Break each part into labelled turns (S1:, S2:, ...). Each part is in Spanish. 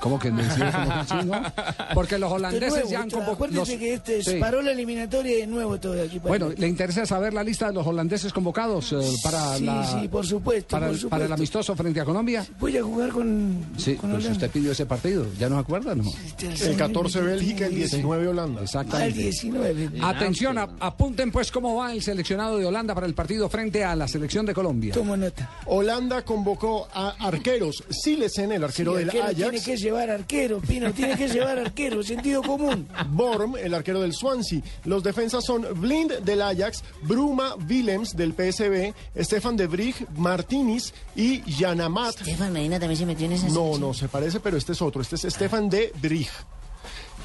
S1: ¿Cómo que vencido como cochino? Porque los holandeses
S2: De nuevo,
S1: ya han
S2: Héctor,
S1: convocado.
S2: acuérdese que este
S1: Sí.
S2: paró la eliminatoria y de nuevo todo aquí. pues. para-
S1: Bueno, ¿le interesa saber la lista de los holandeses convocados eh, para
S2: Sí,
S1: la
S2: sí, por supuesto,
S1: para,
S2: por
S1: el- para el
S2: supuesto.
S1: amistoso frente a Colombia?
S2: voy a jugar con.
S1: Sí,
S2: con
S1: pues
S2: Holanda.
S1: usted pidió ese partido, ¿ya nos acuerdan? no?
S2: Este,
S3: El 14 Bélgica, el
S2: Sí.
S3: 19 Holanda.
S2: Al
S1: Exactamente.
S2: 19.
S1: Eh. Atención, a- apunten pues cómo va el seleccionado de Holanda para el partido frente a la selección de Colombia.
S2: Tomo nota.
S3: Holanda convocó a arqueros. Silesen, el arquero del
S2: Arquero tiene
S3: Ajax.
S2: que llevar arquero, Pino, tiene que llevar arquero, sentido común.
S3: Borm, el arquero del Swansea. Los defensas son Blind del Ajax, Bruma Willems del PSB, Stefan de Vrij, Martínez y Yanamat.
S4: Estefan Medina también se metió en esa
S3: No,
S4: selección.
S3: no, se parece, pero este es otro. Este es Stefan de Vrij.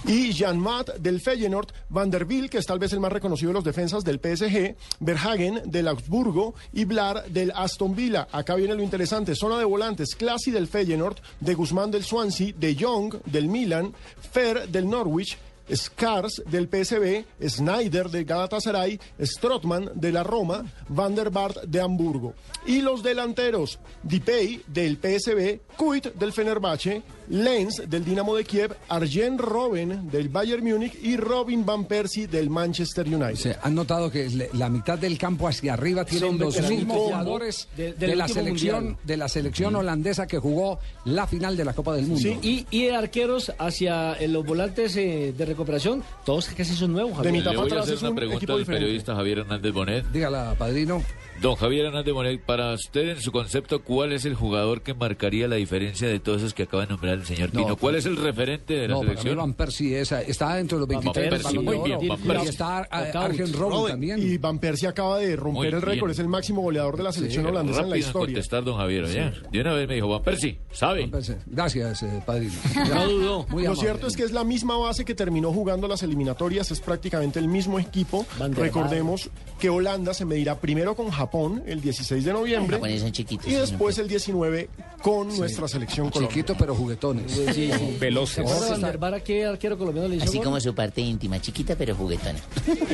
S3: Y Jan Maat del Feyenoord, Van der Biel, que es tal vez el más reconocido de los defensas del PSG, Verhagen del Augsburgo y Blar del Aston Villa. Acá viene lo interesante, zona de volantes, Clasi del Feyenoord, de Guzmán del Swansea, de Young del Milan, Fer del Norwich, Skars del PSB, Snyder del Galatasaray, Strotman de la Roma, Van der Vaart de Hamburgo. Y los delanteros, Dipey del PSB, Kuit del Fenerbahce, Lenz del Dinamo de Kiev, Arjen Robben del Bayern Múnich y Robin Van Persie del Manchester United.
S1: Se han notado que le- la mitad del campo hacia arriba tienen
S5: Son
S1: los
S5: veteranos.
S1: mismos
S5: Como
S1: jugadores de,
S5: de- del
S1: la
S5: último
S1: selección
S5: mundial.
S1: de la selección holandesa que jugó la final de la Copa del Mundo.
S3: Sí.
S5: Y, y de arqueros hacia eh, los volantes eh, de recuperación, todos que casi son nuevos. Javier.
S3: mi
S6: Le
S3: Tapá
S6: voy a
S3: atrás
S6: hacer
S3: es
S6: una
S3: un
S6: pregunta
S3: equipo
S6: al
S3: diferente.
S6: periodista Javier Hernández Bonet.
S1: Dígala, padrino.
S6: Don Javier Hernández Bonet, para usted, en su concepto, ¿cuál es el jugador que marcaría la diferencia de todos esos que acaba de nombrar el señor
S1: No,
S6: Pino? ¿Cuál
S1: para-
S3: pues,
S6: es el referente de la
S1: No, para mí
S6: selección?
S1: Van Persie esa- está dentro de los 23
S6: Persie,
S1: Balón de
S6: muy
S1: Oro.
S6: bien, Van
S1: Y
S6: Persie.
S1: está ah,
S5: Knockout.
S1: Arjen Robben
S3: Robben,
S1: también.
S3: Y Van Persie acaba de
S6: Muy
S3: romper el récord,
S6: bien.
S3: es el máximo goleador de la selección holandesa en
S6: Rápido
S3: la
S6: en
S3: historia.
S6: contestar, don Javier, ¿ya? De una vez me dijo, Van Persie, ¿sabe?
S1: Van Persie. Gracias, eh, padrino.
S5: No dudó.
S1: Muy
S3: Lo
S1: amable.
S3: cierto es que es la misma base que terminó jugando las eliminatorias, es prácticamente el mismo equipo.
S5: Van der Vaart.
S3: Recordemos que Holanda se medirá primero con Japón el 16 de noviembre
S4: Japoneses son chiquitos,
S3: y
S4: sí,
S3: después el 19 con nuestra selección Colombia.
S1: Chiquito pero juguetones.
S5: Sí, sí. ¿Se
S7: Veloces.
S5: acuerda Van der Vaart a qué arquero colombiano le hizo
S4: Así
S5: gol?
S4: como su parte íntima, chiquita pero juguetona.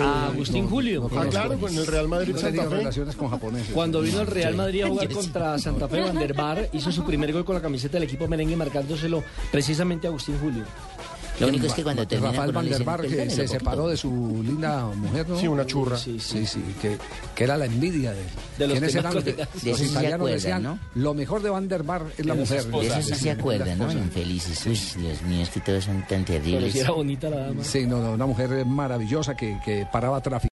S5: a Agustín Julio.
S3: Ah, claro, con el Real Madrid
S1: No he
S3: Santa
S1: tenido
S3: Fe.
S1: relaciones con japoneses.
S5: Cuando vino el Real Madrid a jugar contra Santa Fe, Van der Vaart hizo su primer gol con la camiseta del equipo merengue, marcándoselo precisamente a Agustín Julio.
S4: Lo único es que cuando termina
S1: Rafael
S4: con
S1: Van
S4: un
S1: der Bar que se separó de su linda mujer, ¿no?
S3: Sí, una churra.
S5: Sí,
S1: Sí,
S5: sí.
S1: sí, que, que era la envidia de él.
S5: De los
S1: ¿Quiénes
S5: que no
S1: eran los, que-
S5: colegas.
S1: los
S4: De eso sí se
S1: italianos
S4: acuerdan,
S1: decían,
S4: ¿no?
S1: lo mejor de Van der Bar es la mujer.
S4: De eso sí se acuerdan, ¿no? Infelices. Uy, Dios mío, es que todos son tan
S5: Pero si
S4: terribles.
S5: era bonita la dama.
S1: Sí, no, no, una mujer maravillosa que, que paraba tráfico.